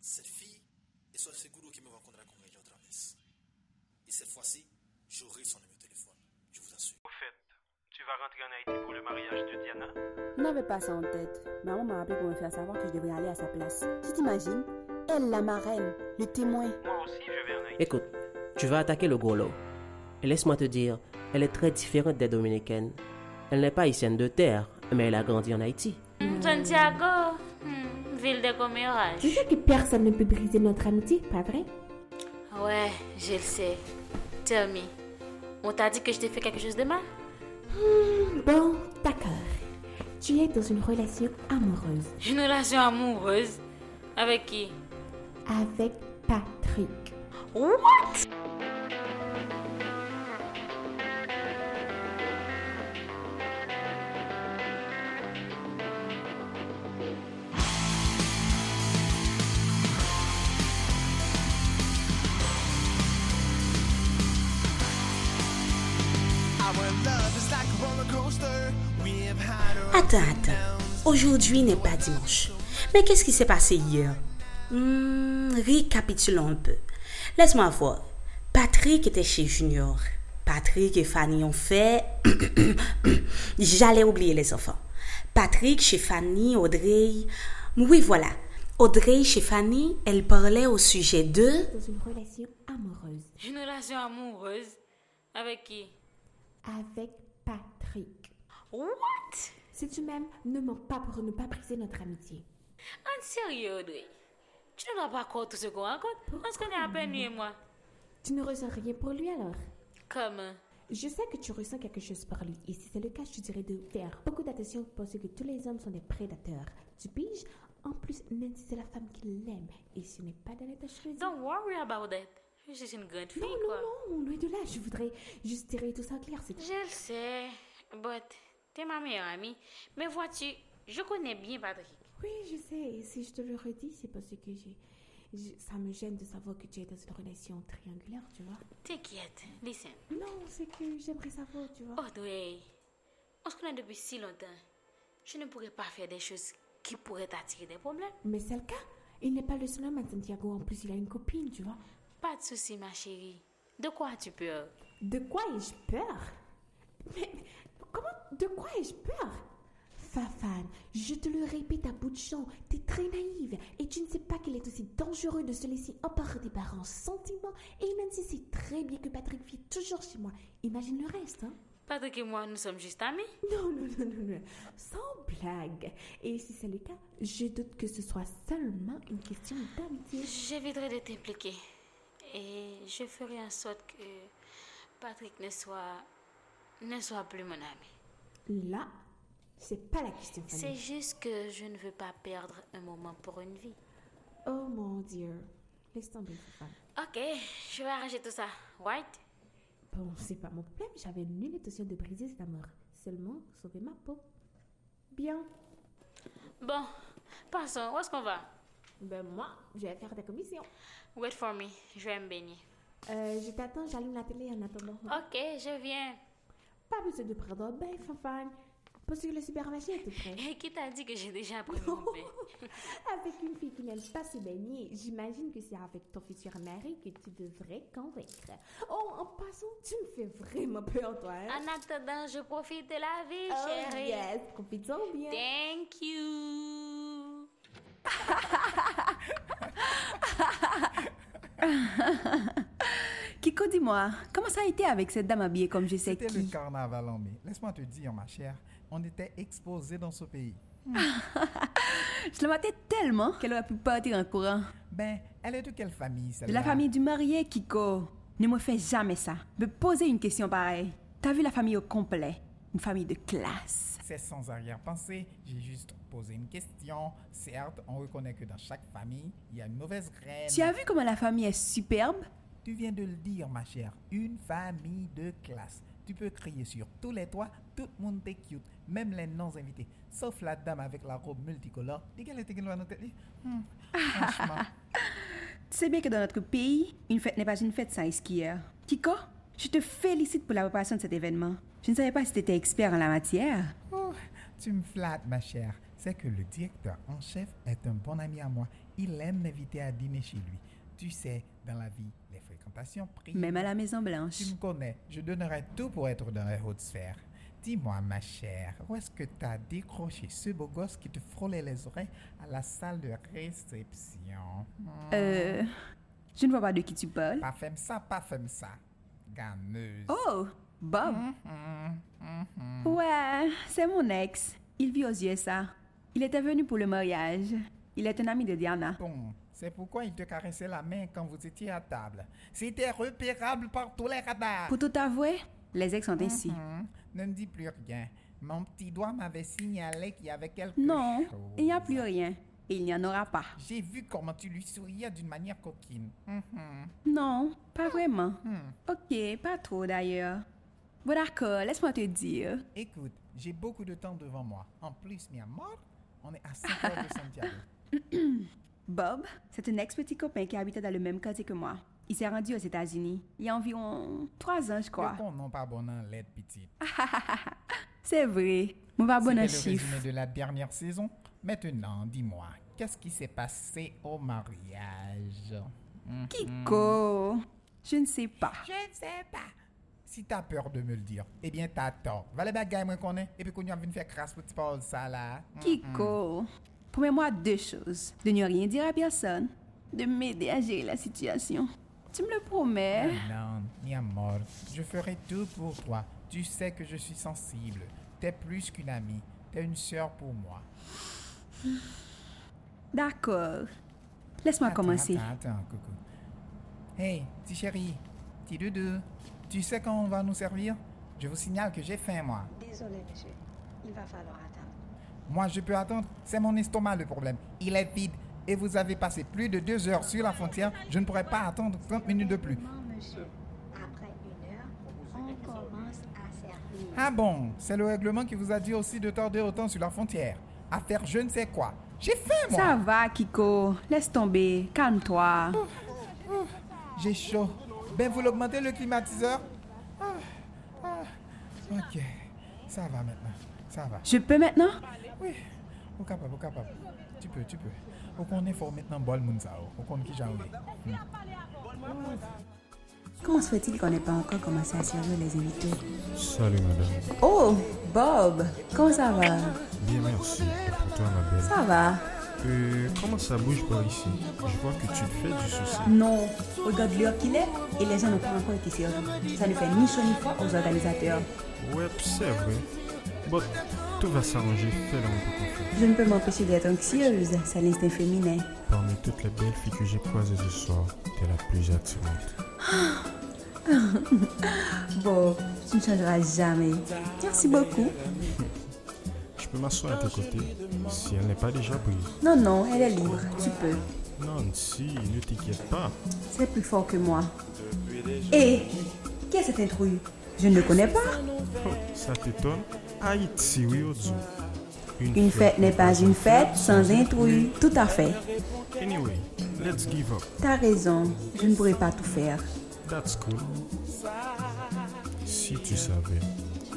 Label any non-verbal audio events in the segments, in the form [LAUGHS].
Cette fille, estoy seguro que me voy a encontrar con ella otra vez. Et cette fois-ci, j'aurai son numéro de téléphone. Je vous assure. Au fait, tu vas rentrer en Haïti pour le mariage de Diana N'avait pas ça en tête. Maman m'a appelé pour me faire savoir que je devrais aller à sa place. Tu t'imagines Elle, la marraine, le témoin. Moi aussi, je vais en Haïti. Écoute, tu vas attaquer le Golo. Et laisse-moi te dire, elle est très différente des Dominicaines. Elle n'est pas haïtienne de terre, mais elle a grandi en Haïti. Santiago, hmm, ville de commérage. Tu sais que personne ne peut briser notre amitié, pas vrai Ouais, je le sais. Tell me, on t'a dit que je t'ai fait quelque chose de mal Hmm, Bon, d'accord. Tu es dans une relation amoureuse Une relation amoureuse Avec qui avec Patrick. Attends, attends. Aujourd'hui n'est pas dimanche. Mais qu'est-ce qui s'est passé hier Hmm, Récapitulons un peu. Laisse-moi voir. Patrick était chez Junior. Patrick et Fanny ont fait... [COUGHS] J'allais oublier les enfants. Patrick chez Fanny, Audrey... Oui, voilà. Audrey chez Fanny, elle parlait au sujet de... Dans une relation amoureuse Une relation amoureuse Avec qui avec Patrick. What Si tu m'aimes, ne mens pas pour ne pas briser notre amitié. En sérieux, Audrey Tu ne dois pas croire tout ce qu'on raconte On se connaît à peine, lui et moi. Tu ne ressens rien pour lui alors Comment Je sais que tu ressens quelque chose pour lui, et si c'est le cas, je te dirais de faire beaucoup d'attention parce que tous les hommes sont des prédateurs. Tu piges En plus, Nancy, c'est la femme qui l'aime, et ce n'est pas d'aller ta chemise. Don't worry about that. Je suis une grande fille, non, quoi. non, non, loin de là, je voudrais juste tirer tout ça en clair, c'est Je le sais, but t'es ma meilleure amie. Mais vois-tu, je connais bien Patrick. Oui, je sais, et si je te le redis, c'est parce que j'ai... je- Ça me gêne de savoir que tu es dans une relation triangulaire, tu vois. T'inquiète, listen. Non, c'est que j'aimerais savoir, tu vois. Audrey, on se connaît depuis si longtemps. Je ne pourrais pas faire des choses qui pourraient t'attirer des problèmes. Mais c'est le cas. Il n'est pas le seul homme à Santiago. En plus, il a une copine, tu vois. Pas de souci, ma chérie. De quoi as-tu peur De quoi ai-je peur Mais mais comment De quoi ai-je peur Fafan, je te le répète à bout de champ, t'es très naïve et tu ne sais pas qu'il est aussi dangereux de se laisser emporter par un sentiment. Et même si c'est très bien que Patrick vit toujours chez moi, imagine le reste, hein Patrick et moi, nous sommes juste amis. Non, non, non, non, non, sans blague. Et si c'est le cas, je doute que ce soit seulement une question d'amitié. J'éviterai de t'impliquer. Et je ferai en sorte que Patrick ne soit, ne soit plus mon ami. Là, c'est pas la question. Fanny. C'est juste que je ne veux pas perdre un moment pour une vie. Oh mon dieu. Laisse tomber, Fafan. Ok, je vais arranger tout ça. White Bon, c'est pas mon problème, j'avais nulle intention de briser cet amour. Seulement, sauver ma peau. Bien. Bon, passons. Où est-ce qu'on va Ben moi, je vais faire ta commission. Wait for me. Je vais me baigner. Euh, je t'attends, j'allume la télé en attendant. Ok, je viens. Pas besoin de prendre un bain, Fafan. Parce que le supermarché est tout prêt. Et qui t'a dit que j'ai déjà pris [LAUGHS] mon bain avec une fille qui n'aime pas se baigner, j'imagine que c'est avec ton futur mari que tu devrais convaincre. Oh, en passant, tu me fais vraiment peur, toi. hein? En attendant, je profite de la vie, Oh, chérie. yes, profitons bien. Thank you. Kiko, dis-moi, comment ça a été avec cette dame habillée comme je sais C'était le qui carnaval en mai. Laisse-moi te dire, ma chère, on était exposés dans ce pays. Je la matais tellement qu'elle aurait pu partir en courant. Ben, elle est de quelle famille, De celle-là la famille du marié, Kiko. Ne me fais jamais ça. Me poser une question pareille. T'as vu la famille au complet Une famille de classe. C'est sans arrière-pensée, j'ai juste posé une question. Certes, on reconnaît que dans chaque famille, il y a une mauvaise reine. Tu as vu comment la famille est superbe Eh, Tu viens de le dire, ma chère, une famille de classe. Tu peux crier sur tous les toits, tout le monde est cute, même les non-invités. Sauf la dame avec la robe multicolore. Dis qu'elle était qu'elle va noter. Hmm, Franchement, [LAUGHS] Tu sais bien que dans notre pays, une fête n'est pas une fête sans les skieurs. Kiko, je te félicite pour la préparation de cet événement. Je ne savais pas si tu étais expert en la matière. oh, tu me flattes, ma chère. c'est que le directeur en chef est un bon ami à moi. Il aime m'inviter à dîner chez lui. Tu sais, dans la vie, les fréquentations privées. Même à la Maison Blanche. Tu me connais, je donnerais tout pour être dans les hautes sphères. Dis-moi, ma chère, où est-ce que t'as décroché ce beau gosse qui te frôlait les oreilles à la salle de réception? Hmm. Euh. Je ne vois pas de qui tu parles. Pas femme ça, pas femme ça. Gameuse. Hmm. Oh, Bob. Mm-hmm. Ouais, c'est mon ex. Il vit aux USA. Il était venu pour le mariage. Il est un ami de Diana. Bon, c'est pourquoi il te caressait la main quand vous étiez à table. C'était repérable par tous les radars. Pour tout avouer, les ex sont ainsi. Hum, Ne me dis plus rien. Mon petit doigt m'avait signalé qu'il y avait quelque Non, chose. il n'y a plus rien. Et il n'y en aura pas. J'ai vu comment tu lui souriais d'une manière coquine. Hum, hum. Non, pas vraiment. Hmm. Ok, pas trop d'ailleurs. Bon d'accord, laisse-moi te dire. Écoute, j'ai beaucoup de temps devant moi. En plus, mi amor, on est à 5 heures de Santiago. [LAUGHS] Bob, c'est un ex-petit copain qui habitait dans le même quartier que moi. Il s'est rendu aux États-Unis il y a environ trois ans, je crois. Le non pas bon an, l'aide petite. [LAUGHS] C'est vrai. On va bon C'était un le chiffre. résumé de la dernière saison. Maintenant, dis-moi, qu'est-ce qui s'est passé au mariage Hmm. Kiko, je ne sais pas. Je ne sais pas. Si t'as peur de me le dire, eh bien t'as tort. Va les bagailles, moi qu'on est, et puis qu'on y a venu faire crasse pour tu parles ça là. Hmm. Kiko, promets-moi deux choses. De ne rien dire à personne, de m'aider à gérer la situation. Tu me le promets Non, mi amor, je ferai tout pour toi. Tu sais que je suis sensible. T'es plus qu'une amie. T'es une sœur pour moi. D'accord. Laisse-moi Attends, commencer. Attends, attends, coucou. Ah, Hey, petit chéri, petit doudou, tu sais quand on va nous servir Je vous signale que j'ai faim, moi. Désolé, monsieur. Il va falloir attendre. Moi, je peux attendre. C'est mon estomac le problème. Il est vide. Et vous avez passé plus de deux heures sur la frontière. Je ne pourrais pas attendre 30 minutes de plus. Non, monsieur. Après une heure, on commence à servir. Ah bon, c'est le règlement qui vous a dit aussi de tarder autant sur la frontière. À faire je ne sais quoi. J'ai faim, moi. Oh, Ça va, Kiko. Laisse tomber. Calme-toi. J'ai chaud. Ben, vous l'augmentez le climatiseur Ah, ah. Ok, ça va maintenant. Ça va. Je peux maintenant Oui, au capable, au capable. Tu peux, tu peux. Au qu'on est fort maintenant, bol moun sa ou. Au qu'on qui j'en Hmm. ai. Comment se fait-il qu'on n'ait pas encore commencé à servir les invités Salut madame. Oh, Bob, comment ça va Bien merci. Pour toi ma belle. Ça va Euh, comment ça bouge par ici Je vois que tu te fais du souci. Non, regarde l'heure qu'il est et les gens n'ont pas encore été servis. Ça ne fait ni chaud ni froid aux organisateurs. Ouais, c'est vrai. Bon, tout va s'arranger. Fais-le un peu confiance. Je ne peux m'empêcher d'être anxieuse, c'est l'instinct féminin. [LAUGHS] Parmi toutes les belles filles que j'ai croisées ce soir, t'es la plus attirante. Bob, tu ne changeras jamais. Merci beaucoup. Je peux m'asseoir à tes côtés si elle n'est pas déjà prise. Non, non, elle est libre, tu peux. Non, si, ne t'inquiète pas. C'est plus fort que moi. Et qui est cet intrus Je ne le connais pas. Oh, ça t'étonne Haïti, oui, Ozu. Une fête n'est pas une fête sans intrus. Tout à fait. Anyway, let's give up. T'as raison, je ne pourrais pas tout faire. That's cool. Si tu savais,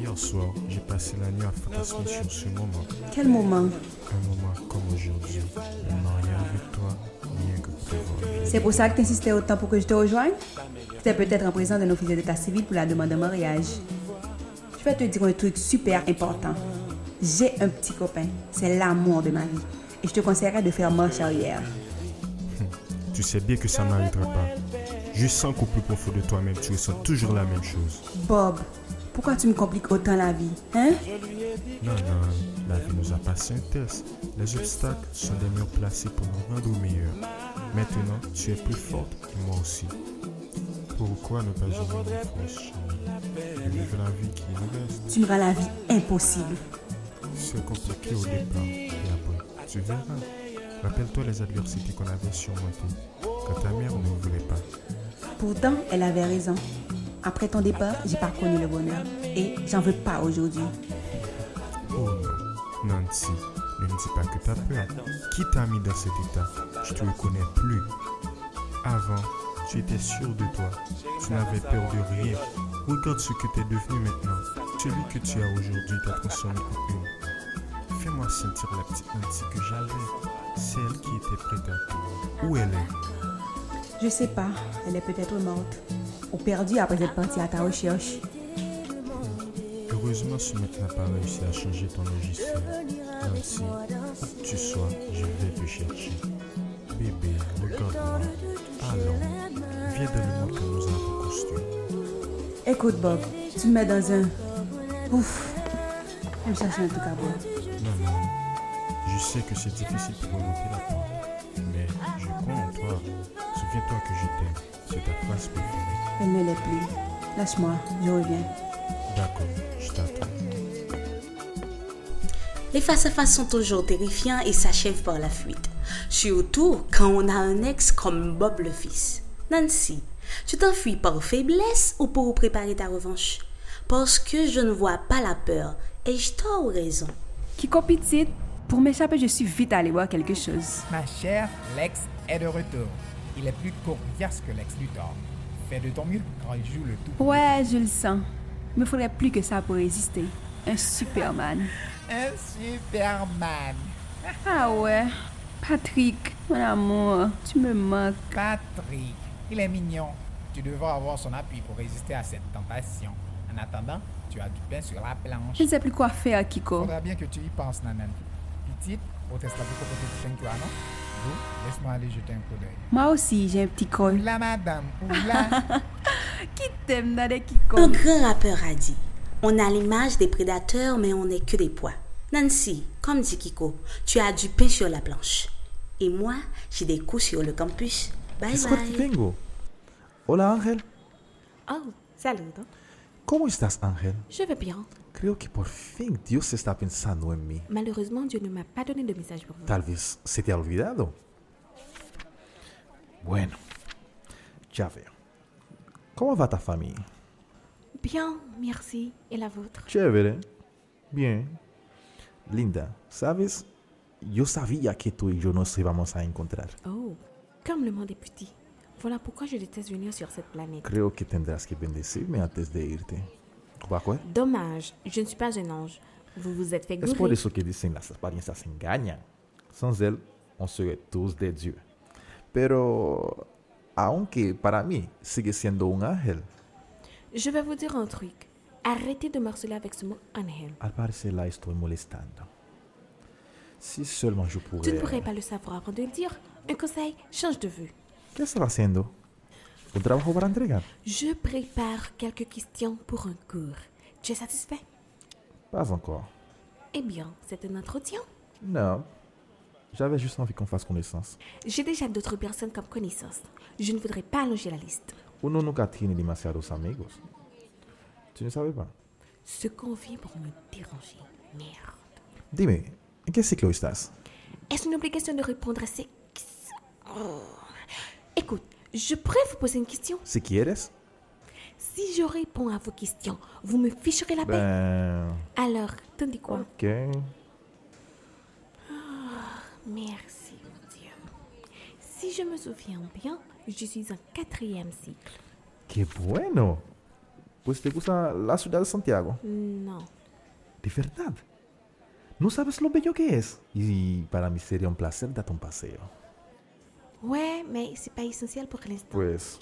hier soir, j'ai passé la nuit à fantasmer sur ce moment. Quel moment Un moment comme aujourd'hui. Le mariage avec toi, rien que pour te voir. C'est pour ça que t'insistais autant pour que je te rejoigne C'était peut-être en présence d'un officier d'état civil pour la demande de mariage. Je vais te dire un truc super important. J'ai un petit copain, c'est l'amour de ma vie. Et je te conseillerais de faire marche arrière. Tu sais bien que ça m'arrêtera pas. Je sens qu'au plus profond de toi-même, tu ressens toujours la même chose. Bob, pourquoi tu me compliques autant la vie Hein Non, non, la vie nous a passé un test. Les obstacles sont des murs placés pour nous rendre meilleurs. Maintenant, tu es plus forte et moi aussi. Pourquoi ne pas jouer une franche et vivre la vie qui nous reste Tu me rends la vie impossible. C'est compliqué au départ et après, tu verras. Rappelle-toi les adversités qu'on avait surmontées quand ta mère ne voulait pas. Pourtant, elle avait raison. Après ton départ, j'ai pas connu le bonheur. Et j'en veux pas aujourd'hui. Oh non, Nancy, ne me dis pas que t'as peur. Qui t'a mis dans cet état Je te reconnais plus. Avant, tu étais sûr de toi. Tu n'avais peur de rien. Regarde ce que t'es devenu maintenant. Celui que tu as aujourd'hui t'a transformé en une. Fais-moi Laisse-moi sentir la petite nantie que j'avais, celle qui était prête à tout. Où elle est Je sais pas, elle est peut-être morte. Ou perdue après être partie à ta recherche. Heureusement, ce mec n'a pas réussi à changer ton logiciel. Nancy, où que tu sois, je vais te chercher. Bébé, regarde-moi. Allons, viens dans le monde que nous avons construit. Écoute, Bob, tu me mets dans un. Ouf! Je vais me chercher un truc à boire. Maman, je sais que c'est difficile pour remonter la pente, mais je crois en toi. Souviens-toi que je t'aime. C'est ta phrase préférée. Elle ne l'est plus. Lâche-moi, je reviens. D'accord, je t'attends. Les face-à-face sont toujours terrifiants et s'achèvent par la fuite. Surtout quand on a un ex comme Bob le fils. Nancy, tu t'enfuis par faiblesse ou pour préparer ta revanche Parce que je ne vois pas la peur. Et je tort ou raison Kiko petite, Pour m'échapper, je suis vite allée voir quelque chose. Ma chère, Lex est de retour. Il est plus coriace que Lex Luthor. Fais de ton mieux quand il joue le tout. Ouais, je le sens. Il me faudrait plus que ça pour résister. Un Superman. Un Superman. Ah ouais. Patrick, mon amour, tu me manques. Patrick, il est mignon. Tu devras avoir son appui pour résister à cette tentation. En attendant, tu as du pain sur la planche. Je ne sais plus quoi faire, Kiko. Faudra bien que tu y penses, Nanan. Petite, hôtesse la beaucoup de tu as, non? Vous, laisse-moi aller jeter un coup d'œil. Moi aussi, j'ai un petit col. La madame, ou la... Qui t'aime, Nadé Kiko? Un grand rappeur a dit On a l'image des prédateurs, mais on n'est que des poids. Nancy, comme dit Kiko, tu as du pain sur la planche. Et moi, j'ai des coups sur le campus. Bye Disculpe, bye. tengo. Hola Ángel, Oh, saludo. ¿cómo estás Ángel? Je vais bien. Creo que por fin Dios está pensando en mí. Malheureusement, Dieu ne m'a pas donné de message pour vous. Tal vez se te ha olvidado. Bueno, ya veo. ¿Cómo va tu familia? Bien, merci. Et la vôtre Chévere. Bien. Linda, ¿sabes? Yo sabía que tú y yo nos íbamos a encontrar. Oh, comme le monde est petit. Voilà pourquoi je déteste venir sur cette planète. Creo que tendrás que bendecirme antes de irte. ¿Cuál? Dommage, je ne suis pas un ange. Vous vous êtes fait Es por gourer. eso que dicen las apariencias engañan. Sans él, on serait tous des dieux. Pero, aunque para mí sigue siendo un ángel, Je vais vous dire un truc. Arrêtez de marceler avec ce mot Angel. al parecer la estoy molestando. Si seulement je pourrais... Tu ne pourrais pas le savoir avant de le dire. Un conseil, change de vue. ¿Qué estás haciendo? ¿Un trabajo para entregar? Je prépare quelques questions pour un cours. Tu es satisfait Pas encore. Eh bien, c'est un entretien. Non. J'avais juste envie qu'on fasse connaissance. J'ai déjà d'autres personnes comme connaissances. Je ne voudrais pas allonger la liste. Uno nunca tiene demasiados amigos. Tu ne savais pas. Ce qu'on vient pour me déranger. Merde. Dime, ¿en qué ciclo estás? Est-ce une obligation de répondre à ces... questions Oh. Écoute, je pourrais vous poser une question. Si quieres. Si je réponds à vos questions, vous me ficherez la paix. Ben... Alors, tandis quoi Ok. Ah, Merci, mon Dieu. Si je me souviens bien, je suis en quatrième cycle. Qué bueno. Pues te gusta la ciudad de Santiago. Non. De verdad. No sabes lo bello que es. Y para mí sería un placer darte un paseo. Ouais, mais c'est pas essentiel pour l'instant. Pues...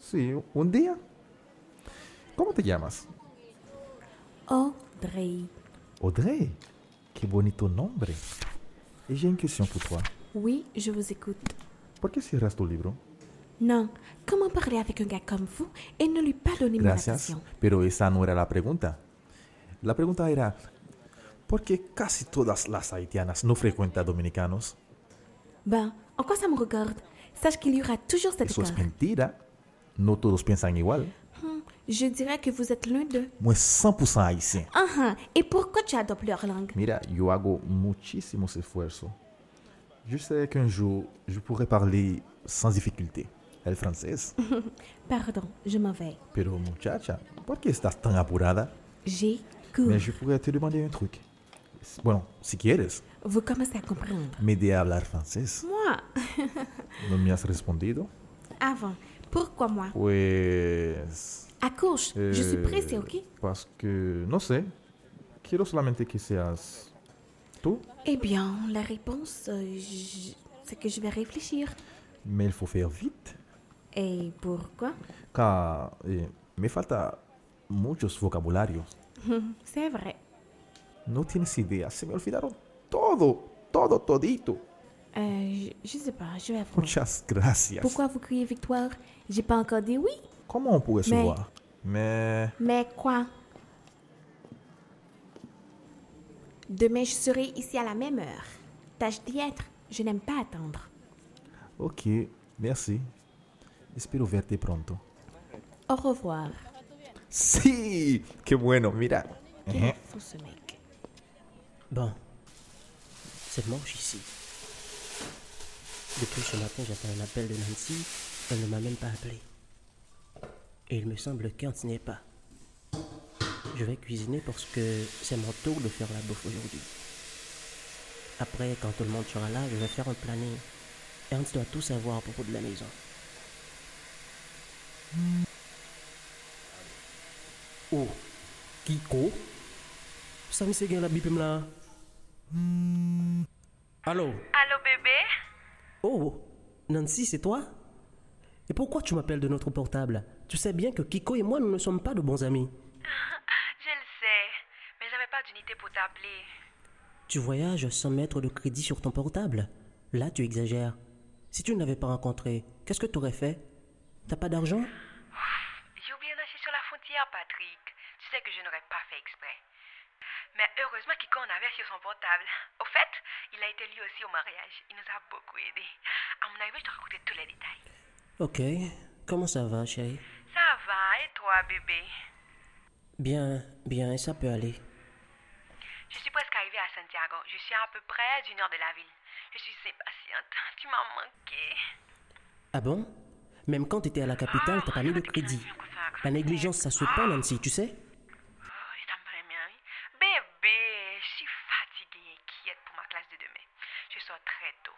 Sí, un día. ¿Cómo te llamas? Audrey. Audrey, qué bonito nombre. Et j'ai une question pour toi. Oui, je vous écoute. Pourquoi cierras tu libro? Non, comment parler avec un gars comme vous et ne lui pas donner mon Gracias. attention Pero esa no era la pregunta. La pregunta era, ¿por qué casi todas las haitianas no frecuentan dominicanos? Ben, en quoi ça me regarde Sache qu'il y aura toujours cette Eso es écart. mentira. No todos piensan igual. Hum, je dirais que vous êtes l'un d'eux. Moi, 100% haïtien. Ah ah, et pourquoi tu adoptes leur langue [LAUGHS] Mira, yo hago muchísimos esfuerzos. Je sais qu'un jour, je pourrai parler sans difficulté el francés. Pardon, je m'en vais. Pero muchacha, ¿por qué estás tan apurada? J'ai cours. Mais je pourrais te demander un truc. Bueno, si quieres, Vous commencez à comprendre. m'aider a hablar francés. Moi [LAUGHS] No me has respondido. Avant, pourquoi moi Pues. Accouche, je suis eh, pressée, ok Parce que, no sé, quiero solamente que seas tú tout Eh bien, la réponse, euh, je- c'est que je vais réfléchir. Mais il faut faire vite, Et pourquoi car eh, me falta muchos vocabularios. C'est vrai. No tienes idea, se me olvidaron todo, todo, todito. Euh, je, je sais pas, je vais avouer. Muchas gracias. Pourquoi vous criez victoire J'ai pas encore dit oui. Comment on pourrait se Mais- voir Mais Mais quoi Demain, je serai ici à la même heure. Tâche d'y être. Je n'aime pas attendre. ok, merci. Espero verte pronto. Au revoir. Sí, qué bueno, mira. Ujú. Faut ce mec. Bon. Cette manche ici. Depuis ce matin, j'attends un appel de Nancy. Elle ne m'a même pas appelé. Et il me semble qu'elle n'est pas. Je vais cuisiner parce que c'est mon tour de faire la bouffe aujourd'hui. Après, quand tout le monde sera là, je vais faire un planning. Ernst doit tout savoir à propos de la maison. Oh, Kiko Ça me c'est la bip là. Allô Allô bébé Oh, Nancy, c'est toi Et pourquoi tu m'appelles de notre portable Tu sais bien que Kiko et moi, nous ne sommes pas de bons amis. [LAUGHS] Je le sais, mais j'avais pas d'unité pour t'appeler. Tu voyages sans mettre de crédit sur ton portable. Là, tu exagères. Si tu ne l'avais pas rencontré, qu'est-ce que tu aurais fait T'as pas d'argent J'ai oublié d'acheter sur la frontière, Patrick. Tu sais que je n'aurais pas fait exprès. Mais heureusement Kiko en avait sur son portable. Au fait, il a été lui aussi au mariage. Il nous a beaucoup aidés. À mon avis, je te racontais tous les détails. Ok, comment ça va, chérie Ça va, et toi, bébé Bien, bien, ça peut aller. Je suis presque arrivée à Santiago. Je suis à peu près d'une heure de la ville. Je suis impatiente. Tu m'as manqué. Ah bon Même quand t'étais à la capitale, t'as pas mis de crédit. La négligence, ça se prend, Nancy, tu sais Bébé, je suis fatiguée et inquiète pour ma classe de demain. Je sors très tôt.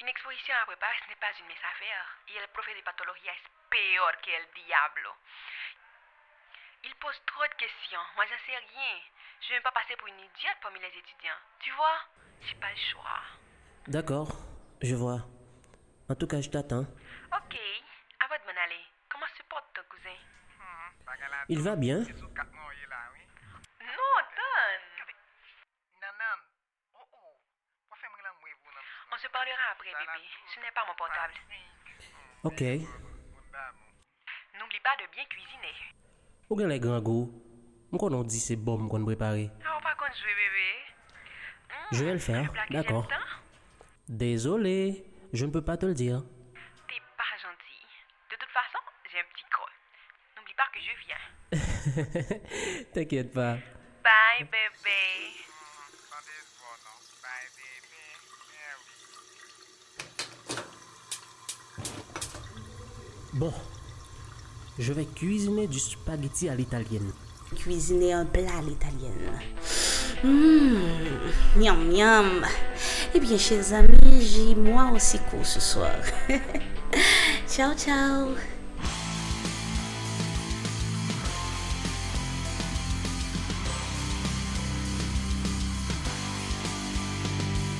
Une exposition à préparer, ce n'est pas une mince affaire. Et le prof de pathologie est pire que le diablo. Il pose trop de questions. Moi, j'en sais rien. Je ne veux pas passer pour une idiote parmi les étudiants. Tu vois J'ai pas le choix. D'accord, je vois. En tout cas, je t'attends. Ok, avant de m'en aller, comment se porte ton cousin Il va bien Non, donne On se parlera après, bébé. Ce n'est pas mon portable. Ok. N'oublie pas de bien cuisiner. Ou gen lè gran go, m konon di se bom kon prepare. Non, par contre, je vais, bébé. Je vais le faire, blagues, d'accord. j'aime tant. Désolé, je ne peux pas te le dire. T'es pas gentil. De toute façon, j'ai un petit creux. N'oublie pas que je viens. T'inquiète pas. Bye, bébé. Bon, je vais cuisiner du spaghetti à l'italienne. Cuisiner un plat à l'italienne. Mmh, miam miam. Eh bien, chers amis, j'ai moi aussi cours ce soir. [LAUGHS] ciao, ciao.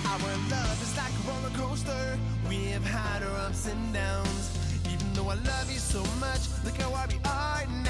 Our love is like a roller coaster. We've had our ups and downs. Even though I love you so much, look how I we are now.